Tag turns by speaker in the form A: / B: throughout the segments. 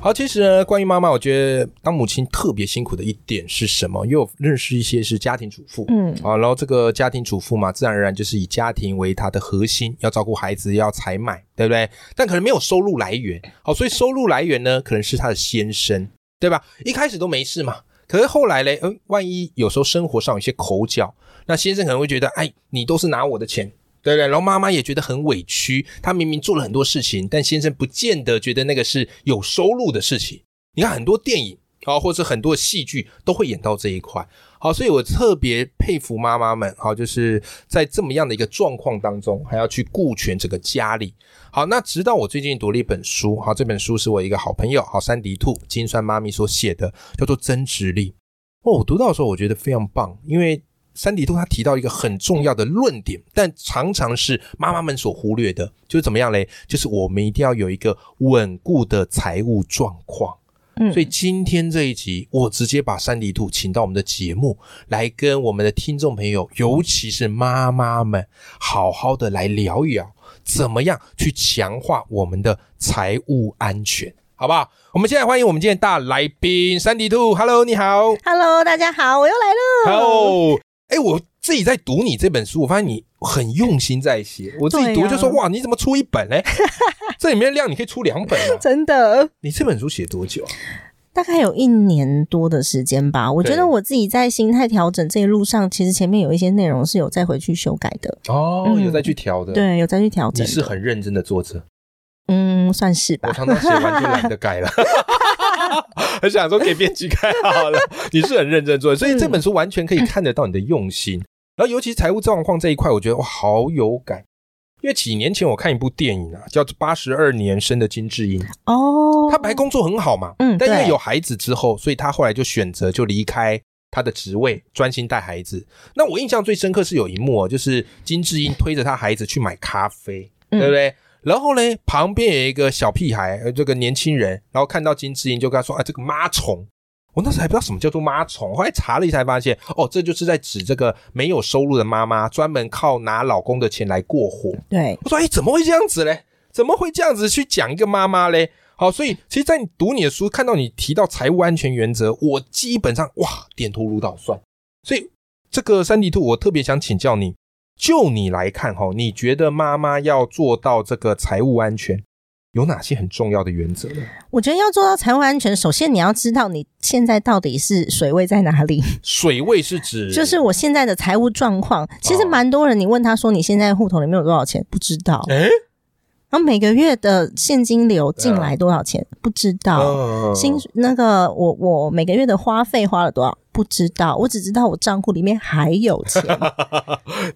A: 好，其实呢，关于妈妈，我觉得当母亲特别辛苦的一点是什么？因为我认识一些是家庭主妇，
B: 嗯
A: 啊，然后这个家庭主妇嘛，自然而然就是以家庭为她的核心，要照顾孩子，要采买，对不对？但可能没有收入来源，好，所以收入来源呢，可能是她的先生，对吧？一开始都没事嘛，可是后来嘞，嗯，万一有时候生活上有些口角，那先生可能会觉得，哎，你都是拿我的钱，对不对？然后妈妈也觉得很委屈，她明明做了很多事情，但先生不见得觉得那个是有收入的事情。你看很多电影啊、或者是很多戏剧都会演到这一块。好，所以我特别佩服妈妈们，好，就是在这么样的一个状况当中，还要去顾全整个家里。好，那直到我最近读了一本书，好，这本书是我一个好朋友，好山迪兔金酸妈咪所写的，叫做《增值力》。哦，我读到的时候我觉得非常棒，因为山迪兔他提到一个很重要的论点，但常常是妈妈们所忽略的，就是怎么样嘞？就是我们一定要有一个稳固的财务状况。
B: 嗯
A: 所以今天这一集，我直接把山迪兔请到我们的节目，来跟我们的听众朋友，尤其是妈妈们，好好的来聊一聊，怎么样去强化我们的财务安全，好不好？我们现在欢迎我们今天的大来宾山迪兔，Hello，你好。
B: Hello，大家好，我又来了。
A: 哦，哎，我自己在读你这本书，我发现你很用心在写。我自己
B: 对
A: 读
B: 啊
A: 就说、哇，你怎么出一本 嘞？这里面的量你可以出两本啊！
B: 真的，
A: 你这本书写多久啊？
B: 大概有一年多的时间吧。我觉
A: 对
B: 得我自己在心态调整这一路上，其实前面有一些内容是有再回去修改的，
A: 哦，
B: 嗯
A: 有再去调的。，
B: 对，有再去调
A: 你
B: 整。
A: 是很认真的作者。
B: 嗯，算是吧
A: 我。常常写完就懒得改了， 很想说给编辑改好了。你是很认真做的，所以这本书完全可以看得到你的用心。然后尤其财务状况这一块，我觉得哇好有感。因为几年前我看一部电影啊，叫《八十二年生的金智英》，
B: 哦，
A: 他本来工作很好嘛，
B: 嗯
A: 但因为
B: 对
A: 有孩子之后，所以他后来就选择就离开他的职位，专心带孩子。那我印象最深刻是有一幕哦，就是金智英推着他孩子去买咖啡，
B: 嗯
A: 对不对？然后呢，旁边有一个小屁孩，呃这个年轻人，然后看到金智英就跟他说：“啊，这个妈虫。”我那时候还不知道什么叫做妈虫，后来查了一下才发现，哦，这就是在指这个没有收入的妈妈，专门靠拿老公的钱来过活。
B: 对，
A: 我说：“哎，怎么会这样子嘞？怎么会这样子去讲一个妈妈嘞？”好，所以其实，在你读你的书，看到你提到财务安全原则，我基本上哇，点头如捣蒜。所以这个三 D 兔，我特别想请教你，就你来看哈、你觉得妈妈要做到这个财务安全，有哪些很重要的原则呢？
B: 我觉得要做到财务安全，首先你要知道你现在到底是水位在哪里，
A: 水位是指
B: 就是我现在的财务状况。其实
A: 哦
B: 蛮多人，你问他说你现在户头里面有多少钱，不知道。
A: 哎，
B: 然后每个月的现金流进
A: 啊
B: 来多少钱，不知道。
A: 嗯
B: 薪水那个我我每个月的花费花了多少不知道，我只知道我账户里面还 有钱，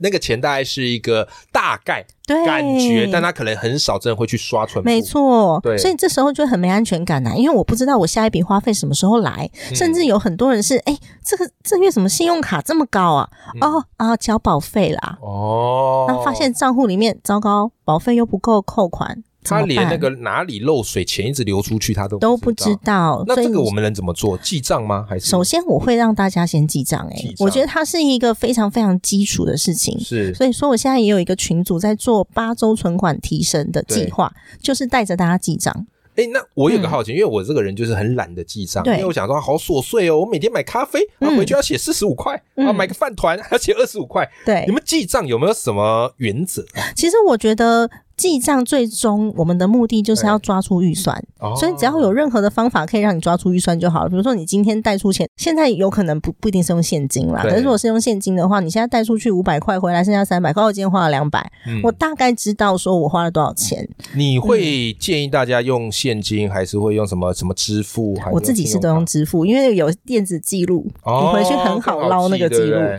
A: 那个钱大概是一个大概
B: 对，
A: 感觉，但他可能很少真的会去刷存
B: 没
A: 付。
B: 错
A: 对，
B: 所以这时候就会很没安全感呐、因为我不知道我下一笔花费什么时候来，
A: 嗯
B: 甚至有很多人是哎、这个这月怎么信用卡这么高啊？哦啊，交保费啦，
A: 嗯哦，
B: 然后发现账户里面糟糕，保费又不够扣款，怎
A: 他
B: 么
A: 连那
B: 办
A: 个哪里漏水，钱一直流出去，他都
B: 都不知。道，
A: 那
B: 所以
A: 这个
B: 你
A: 我们能怎么做？记账吗？还是
B: 首先我会让大家先记账、欸，
A: 记账
B: 我觉得它是一个非常非常基础的事情。
A: 是
B: 所以说，我现在也有一个群组在做八周存款提升的计划，就是带着大家记账。
A: 哎、那我有个好奇，因为我这个人就是很懒得记账，因
B: 嗯对
A: 为我想说好琐碎哦，我每天买咖啡，啊、
B: 嗯
A: 回去要写四十五块，啊，
B: 嗯
A: 买个饭团还要写二十五块。
B: 对
A: 你，们记账有没有什么原则？
B: 其实我觉得记账最终我们的目的就是要抓出预算，
A: 哦
B: 所以只要有任何的方法可以让你抓出预算就好了。比如说，你今天带出钱，现在有可能不不一定是用现金啦，
A: 对
B: 可是如果是用现金的话，你现在带出去五百块，回来剩下三百块，我今天花了两百、
A: 嗯
B: 我大概知道说我花了多少钱。
A: 你会
B: 嗯
A: 建议大家用现金，还是会用什么什么支付？嗯还是
B: 我自己是
A: 信
B: 都
A: 用
B: 用
A: 卡
B: 支付，因为有电子记录，
A: 哦
B: 你回去很好捞那个记录，
A: 更好记对不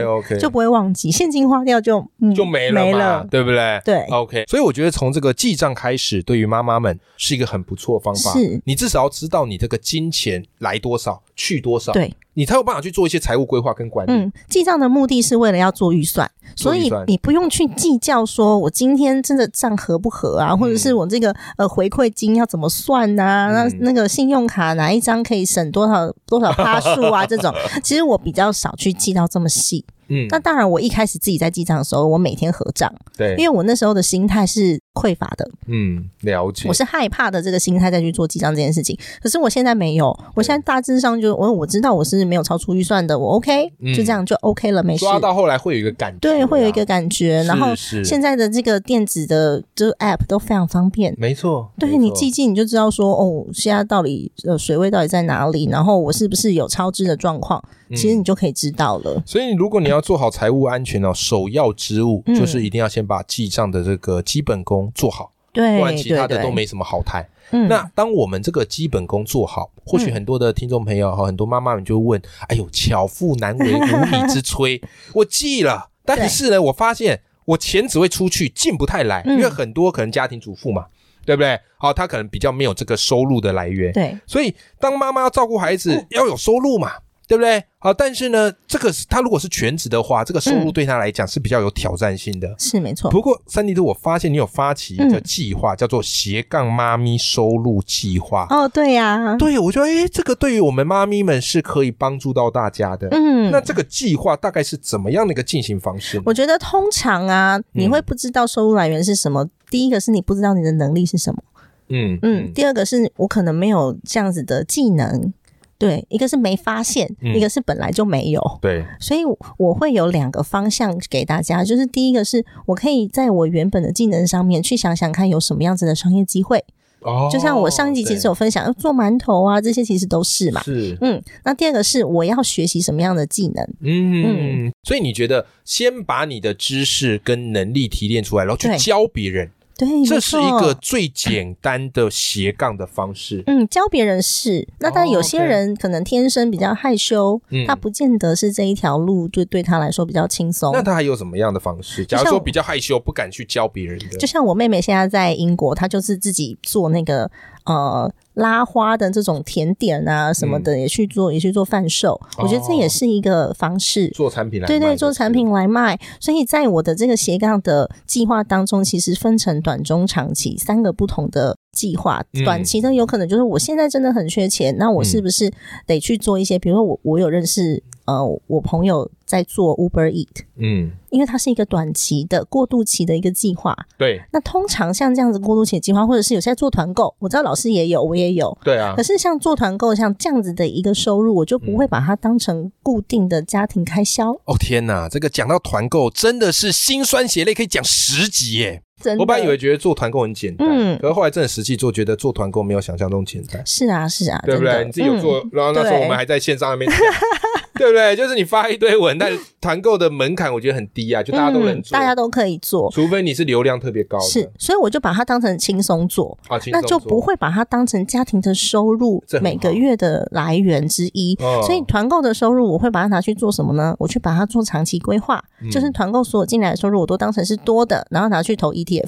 A: 对 OK，OK
B: 就不会忘记。现金花掉就、嗯
A: 就没了嘛，哦
B: 没了，
A: 对不对？
B: 对
A: ，OK。所以我觉得从这个记账开始，对于妈妈们是一个很不错的方法。
B: 是
A: 你至少要知道你这个金钱来多少，去多少，
B: 对，
A: 你才有办法去做一些财务规划跟管理。
B: 嗯，记账的目的是为了要做预算，
A: 做
B: 所
A: 预
B: 以
A: 算
B: 你不用去计较说我今天真的账合不合
A: 嗯
B: 啊，或者是我这个呃回馈金要怎么算呐、啊？
A: 嗯
B: 那那个信用卡哪一张可以省多少多少趴数 啊？这种其实我比较少去记到这么细。
A: 嗯，
B: 那当然，我一开始自己在记账的时候，我每天合账，因
A: 对，
B: 为我那时候的心态是匮乏的，
A: 嗯，了解
B: 我。是害怕的这个心态再去做记账这件事情。可是我现在没有，我现在大致上就我我知道我是没有超出预算的，我 OK，、
A: 嗯
B: 就这样就 OK 了，没事。
A: 抓到后来会有一个感觉啊，
B: 对，会有一个感觉。然后
A: 是
B: 现
A: 在
B: 在的这个电子的就是 App 都非常方便。
A: 没错，
B: 对
A: 没
B: 你
A: 错
B: 记记，你就知道说哦，现在到底呃水位到底在哪里，然后我是不是有超支的状况，
A: 嗯
B: 其实你就可以知道了。
A: 所以，如果你要做好财务安全哦，首要之务
B: 嗯
A: 就是一定要先把记账的这个基本功做好，
B: 对
A: 不然其他
B: 对
A: 的
B: 对
A: 都没什么好谈。
B: 嗯
A: 那当我们这个基本功做好，或许很多的听众朋友哈，很多妈妈们就会问：“哎呦，巧妇难为无米之 炊，我记了，但是呢，我发现我钱只会出去，进不太来，因
B: 嗯
A: 为很多可能家庭主妇嘛，对不对？好，她可能比较没有这个收入的来源，
B: 对嗯
A: 所以当妈妈要照顾孩子，要有收入嘛，对不对？好，但是呢，这个是她如果是全职的话，这个收
B: 嗯
A: 入对她来讲是比较有挑战性的。
B: 是没错。
A: 不过，三 D 兔，我发现你有发起
B: 嗯
A: 一个计划，叫做“斜杠妈咪收入计划”
B: 哦，对呀，
A: 对，我觉得，诶，这个对于我们妈咪们是可以帮助到大家的。
B: 嗯
A: 那。这个计划大概是怎么样的一个进行方式呢？
B: 我觉得通常啊，你
A: 嗯
B: 会不知道收入来源是什么。第一个是你不知道你的能力是什么，
A: 嗯
B: 嗯，，第二个是我可能没有这样子的技能，对，一个是没发现，
A: 嗯
B: 一个是本来就没有，
A: 对，
B: 所以我会有两个方向给大家，就是第一个是我可以在我原本的技能上面去想想看有什么样子的商业机会，
A: 哦，
B: 就像我上一集其实有分享做馒头啊，这些其实都是嘛
A: 哦对。是
B: 嗯，那第二个是我要学习什么样的技能？
A: 嗯，所以你觉得先把你的知识跟能力提炼出来，然后去
B: 对
A: 教别人，
B: 对，
A: 这是
B: 没错
A: 一个最简单的斜杠的方式。
B: 嗯，教别人是，那但
A: 哦
B: 有些
A: OK
B: 人可能天生比较害羞，
A: 嗯
B: 他不见得是这一条路就对他来说比较轻松
A: 那。他还有什么样的方式？假如
B: 像
A: 说
B: 我
A: 比较害羞，不敢去教别人的
B: 就，像我妹妹现在在英国，她就是自己做那个呃拉花的这种甜点啊什
A: 嗯
B: 么的，也去做，也去做贩售。我觉得这
A: 哦
B: 也是一个方式。
A: 做产品来
B: 对
A: 卖
B: 对，
A: 就
B: 做
A: 是
B: 产品来卖，所以在我的这个斜杠的计划当中，其实分成短、中、长期三个不同的计划。
A: 嗯
B: 短期的有可能就是我现在真的很缺钱，那我是不是得去做一些？比如说我我有认识呃我朋友在做 Uber Eat，
A: 嗯，
B: 因为它是一个短期的过渡期的一个计划，
A: 对
B: 那通常像这样子过渡期的计划，或者是有些在做团购，我知道老师也有，我也有。
A: 对啊嗯
B: 可，是像做团购，像这样子的一个收入，我就不会把它当成固定的家庭开销。
A: 哦天哪，这个讲到团购真的是心酸血泪，可以讲十集耶！
B: 真的，
A: 我本来以为觉得做团购很简单，
B: 嗯
A: 可是后来真的实际做，觉得做团购没有想象中简单。
B: 是啊，是啊，
A: 对不对？
B: 真的
A: 你自己有做，
B: 嗯
A: 然后那时候
B: 对
A: 我们还在线上那边讲， 对不对？就是你发一堆文，但团购的门槛我觉得很低啊，就大家都能
B: 嗯
A: 做，
B: 大家都可以做，
A: 除非你是流量特别高的，
B: 是，所以我就把它当成轻松做。
A: 啊，轻松
B: 那就不会把它当成家庭的收入
A: 这很好
B: 每个月的来源之一。
A: 哦
B: 所以团购的收入，我会把它拿去做什么呢？我去把它做长期规划，
A: 嗯
B: 就是团购所有进来的收入，我都当成是多的，然后拿去投 ETF。
A: 做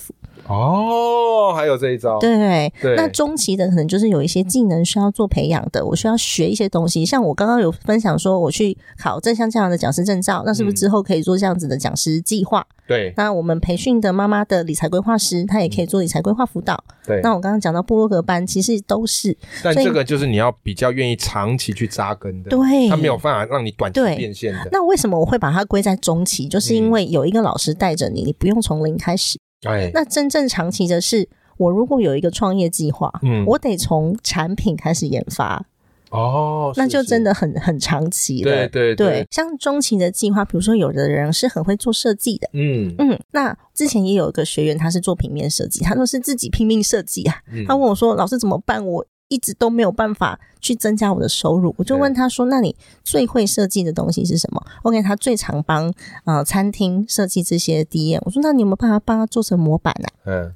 A: 哦，还有这一招，
B: 对，
A: 对
B: 那中期的可能就是有一些技能需要做培养的，我需要学一些东西。像我刚刚有分享说，我去考正像这样的讲师证照，那是不是
A: 嗯
B: 之后可以做这样子的讲师计划？
A: 对
B: 那我们培训的妈妈的理财规划师，她也可以做理财规划辅导。
A: 对。
B: 那我刚刚讲到部落格班，其实都是
A: 但
B: 所以
A: 这个就是你要比较愿意长期去扎根的，
B: 对
A: 它没有办法让你短期
B: 嗯对
A: 变现的。
B: 那为什么我会把它归在中期？就是
A: 嗯
B: 因为有一个老师带着你，你不用从零开始。
A: 哎，
B: 那真正长期的是，我如果有一个创业计划，
A: 嗯
B: 我得从产品开始研发，
A: 哦，
B: 那
A: 是
B: 就是真的很很长期了。
A: 对对
B: 对，，像中期的计划，比如说有的人是很会做设计的，
A: 嗯
B: 嗯，那之前也有一个学员，他是做平面设计，他都是自己拼命设计啊。
A: 嗯
B: 他问我说：“老师怎么办？我一直都没有办法去增加我的收入。”我就问他说：“那你最会设计的东西是什么？”OK，他最常帮呃餐厅设计这些 DM。我说：“那你有没有办法帮他做成模板啊？
A: 嗯，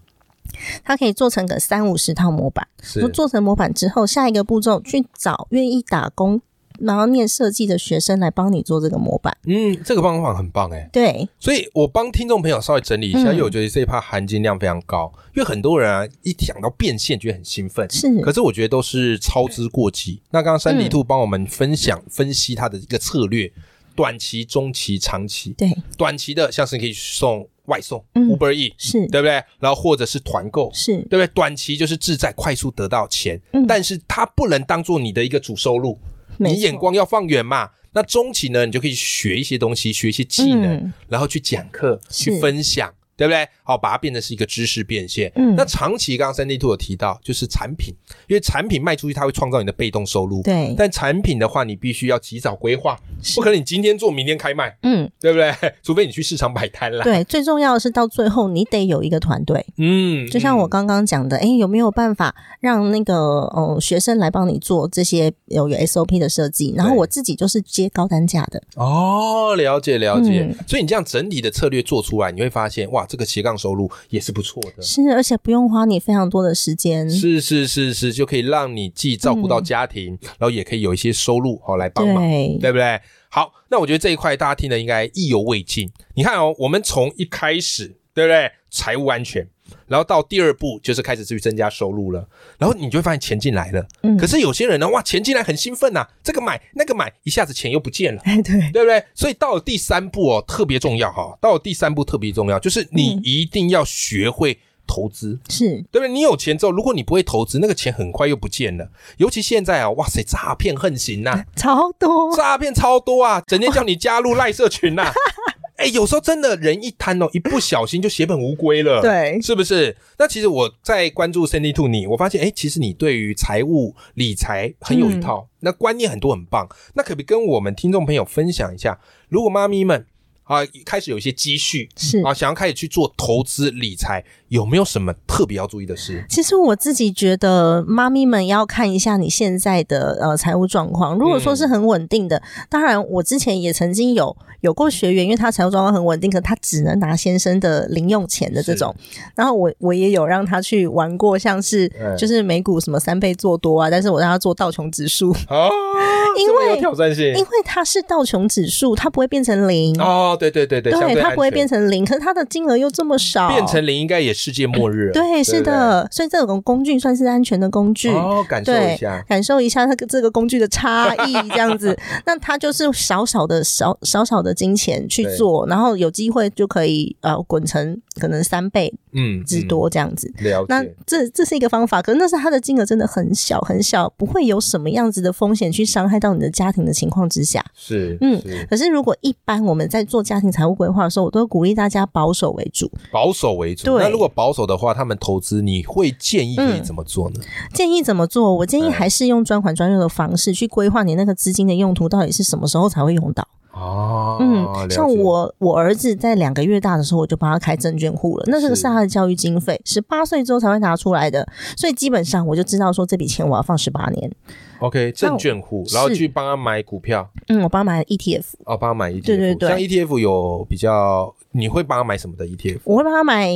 B: 他可以做成个三五十套模板。
A: 是
B: 我说做成模板之后，下一个步骤去找愿意打工然后念设计的学生来帮你做这个模板。
A: 嗯，这个方法很棒哎、
B: 对，
A: 所以我帮听众朋友稍微整理一下，
B: 嗯
A: 因为我觉得这一趴含金量非常高，因为很多人啊一想到变现觉得很兴奋，
B: 是
A: 可是我觉得都是操之过急。那刚刚山梨
B: 嗯
A: 兔帮我们分享、分析它的一个策略，短期、中期、长期。
B: 对，
A: 短期的像是你可以送外送、
B: 嗯
A: Uber E，
B: 是
A: 对不对？然后或者是团购。
B: 是，
A: 对不对？短期就是志在快速得到钱，
B: 嗯
A: 但是它不能当做你的一个主收入，
B: 没
A: 你眼
B: 错
A: 光要放远嘛。那中期呢，你就可以学一些东西，学一些技能，
B: 嗯
A: 然后去讲课、
B: 是
A: 去分享，对不对？好，把它变成是一个知识变现。
B: 嗯
A: 那长期刚刚三 D 兔有提到，就是产品，因为产品卖出去，它会创造你的被动收入。
B: 对，
A: 但产品的话，你必须要及早规划，
B: 是
A: 不可能你今天做，明天开卖，
B: 嗯，
A: 对不 对？除非你去市场摆摊啦。
B: 对，最重要的是到最后你得有一个团队，
A: 嗯，
B: 就像
A: 嗯
B: 我刚刚讲的，哎、有没有办法让那个呃学生来帮你做这些有有 SOP 的设计？然后
A: 对
B: 我自己就是接高单价的，
A: 哦，了解了解。
B: 嗯
A: 所以你这样整体的策略做出来，你会发现哇，这个斜杠收入也是不错的。
B: 是，而且不用花你非常多的时间，
A: 是是是是，就可以让你既照顾到家庭，然后也可以有一些收入好、哦、来帮忙，
B: 对，
A: 对不对？好，那我觉得这一块大家听了应该意犹未尽。你看哦，我们从一开始，对不对？财务安全，然后到第二步就是开始去增加收入了，然后你就会发现钱进来了。
B: 嗯
A: 可是有些人呢，哇，钱进来很兴奋呐、这个买那个买，一下子钱又不见了。
B: 哎， 对，
A: 对不对？所以到了第三步哦，特别重要哈、到了第三步特别重要，就是你一定要学会投资，
B: 是，
A: 对不对？你有钱之后，如果你不会投资，那个钱很快又不见了。尤其现在啊，哇塞，诈骗横行呐、啊
B: 超多，
A: 诈骗超多啊，整天叫你加入赖社群 呐、哎、有时候真的人一贪哦，一不小心就血本无归了。。
B: 对，
A: 是不是？那其实我在关注 Sandy Two 你，我发现哎，诶其实你对于财务理财很有一
B: 嗯
A: 套，那观念很多，很棒。那可不可以跟我们听众朋友分享一下？如果妈咪们啊、开始有一些积蓄
B: 是。
A: 啊，想要开始去做投资理财，有没有什么特别要注意的事？
B: 其实我自己觉得，妈咪们要看一下你现在的呃财务状况。如果说是很稳定的，
A: 嗯
B: 当然我之前也曾经有有过学员，因为他财务状况很稳定，可他只能拿先生的零用钱的这种。然后我我也有让他去玩过，像是
A: 嗯
B: 就是美股什么三倍做多啊，但是我让他做道琼指数，
A: 啊，
B: 因
A: 这么有
B: 为
A: 挑战性
B: 因为它是道琼指数，它不会变成零。
A: 哦，对对对对，相
B: 对，它
A: 安
B: 不会
A: 全
B: 变成零，可是它的金额又这么少，
A: 变成零，应该也世界末日了。
B: 哦对，是
A: 不
B: 的，所以这种工具算是安全的工具。
A: 对。哦，感受
B: 对
A: 一下，
B: 感受一下它这个工具的差异，这样 子，那它就是少少的少少少的金钱去
A: 对
B: 做，然后有机会就可以呃滚成可能三倍
A: 嗯，
B: 之多这样子。
A: 嗯了
B: 那
A: 解。
B: 这这是一个方法，可是那是它的金额真的很小很小，不会有什么样子的风险去伤害到你的家庭的情况之下。
A: 是，
B: 嗯
A: 是
B: 可是如果一般我们在做家庭财务规划的时候，我都鼓励大家保守为主，
A: 保守为主。
B: 对
A: 那如果保守的话，他们投资你会建议可以怎么做呢？
B: 建议怎么做？我建议还是用专款专用的方式去规划你那个资金的用途，到底是什么时候才会用到？
A: 哦，了
B: 嗯，
A: 解
B: 像我我儿子在两个月大的时候，我就帮他开证券户了，那这个
A: 是
B: 是他的教育经费，十八岁之后才会拿出来的，所以基本上我就知道说这笔钱我要放十八年。
A: OK 证券户，
B: 是
A: 然后去帮他买股票，
B: 嗯，我帮他买了 ETF，
A: 哦，帮他买 ETF。
B: 对对对
A: 像 ETF 有比较，你会帮他买什么的 ETF？
B: 我会帮他买，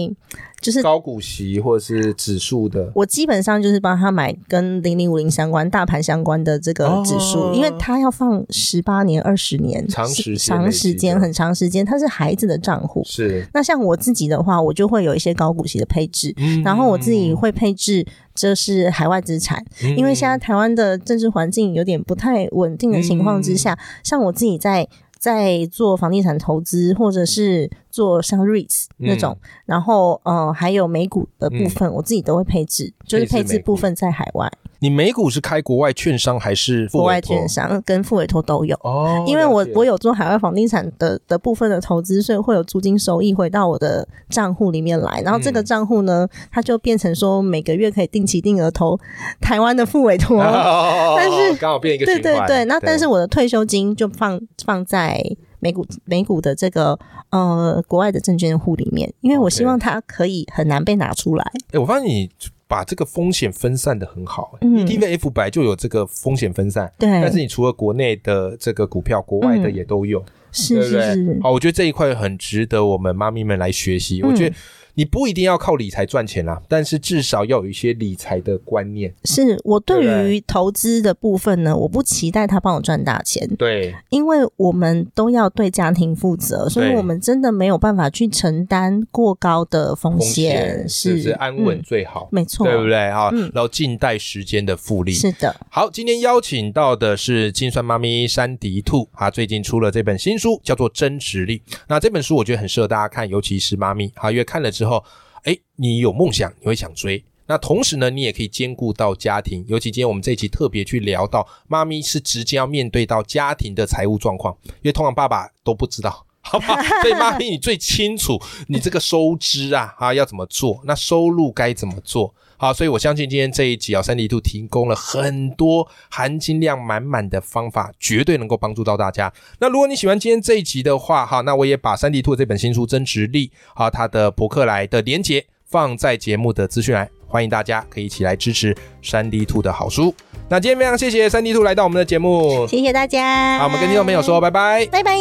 B: 就是
A: 高股息或者是指数的。
B: 我基本上就是帮他买跟零零五零相关、大盘相关的这个指数，
A: 哦
B: 因为他要放十八年、二十年，
A: 长时间
B: 是长时
A: 累积的
B: 间、很长时间，他是孩子的账户。
A: 是，
B: 那像我自己的话，我就会有一些高股息的配置，
A: 嗯
B: 然后我自己会配置这是海外资产，
A: 嗯
B: 因为现在台湾的政治环境有点不太稳定的情况之下，
A: 嗯
B: 像我自己在。在做房地产投资，或者是做像 REITs
A: 嗯
B: 那种，然后呃，还有美股的部分，我自己都会配置，就是
A: 配
B: 配
A: 置
B: 置
A: 美股
B: 部分在海外、
A: 你美股是开国外券商还是
B: 国外
A: 委托
B: 券？商跟副委托都有。
A: 哦，
B: 因为我我
A: 有
B: 有做海外房地产的的部分的投资，所以会有租金收益回到我的账户里面来。然后这
A: 嗯
B: 个账户呢，它就变成说每个月可以定期定额投台湾的付委 托。哦但是
A: 刚好变一个
B: 对
A: 循
B: 对
A: 环
B: 对，那但是我的退休金就放放在美股 美股的这个呃国外的证券户里面，因为我
A: OK
B: 希望它可以很难被拿出来。
A: 哎，我发现你把这个风险分散的很好。
B: 嗯
A: ETF 本来就有这个风险分散， 但是
B: 对，嗯
A: 你除了国内的这个股票，国外的也都有，
B: 是
A: 对不
B: 是
A: 对？
B: 是，
A: 好，我觉得这一块很值得我们妈咪们来学习。
B: 嗯
A: 我觉得你不一定要靠理财赚钱啦，但是至少要有一些理财的观念。
B: 是我对
A: 对不对
B: 于投资的部分呢，我不期待他帮我赚大钱，
A: 对，
B: 因为我们都要对家庭负责，所以
A: 对
B: 我们真的没有办法去承担过高的风
A: 风险是
B: 是
A: 不是安稳
B: 嗯
A: 最好？
B: 没错，
A: 对不对啊？
B: 嗯
A: 然后近代时间的复利
B: 是的，
A: 好，今天邀请到的是金算妈咪山迪兔，她最近出了这本新书，叫做《真实力》。那这本书我觉得很适合大家看，尤其是妈咪，哈，因为看了之后，哎，你有梦想，你会想追。那同时呢，你也可以兼顾到家庭，尤其今天我们这一集特别去聊到，妈咪是直接要面对到家庭的财务状况，因为通常爸爸都不知道。 好不好？所以妈咪，你最清楚你这个收支啊 啊要怎么做，那收入该怎么做？好，所以我相信今天这一集啊，三里兔提供了很多含金量满满的方法，绝对能够帮助到大家。那如果你喜欢今天这一集的话，哈，那我也把三里兔这本新书《增值力》啊，它的博客来的连接放在节目的资讯栏，欢迎大家可以一起来支持三里兔的好书。那今天非常谢谢三里兔来到我们的节目，
B: 谢谢大家，
A: 好，我们跟听众朋友说，拜拜。
B: 拜拜。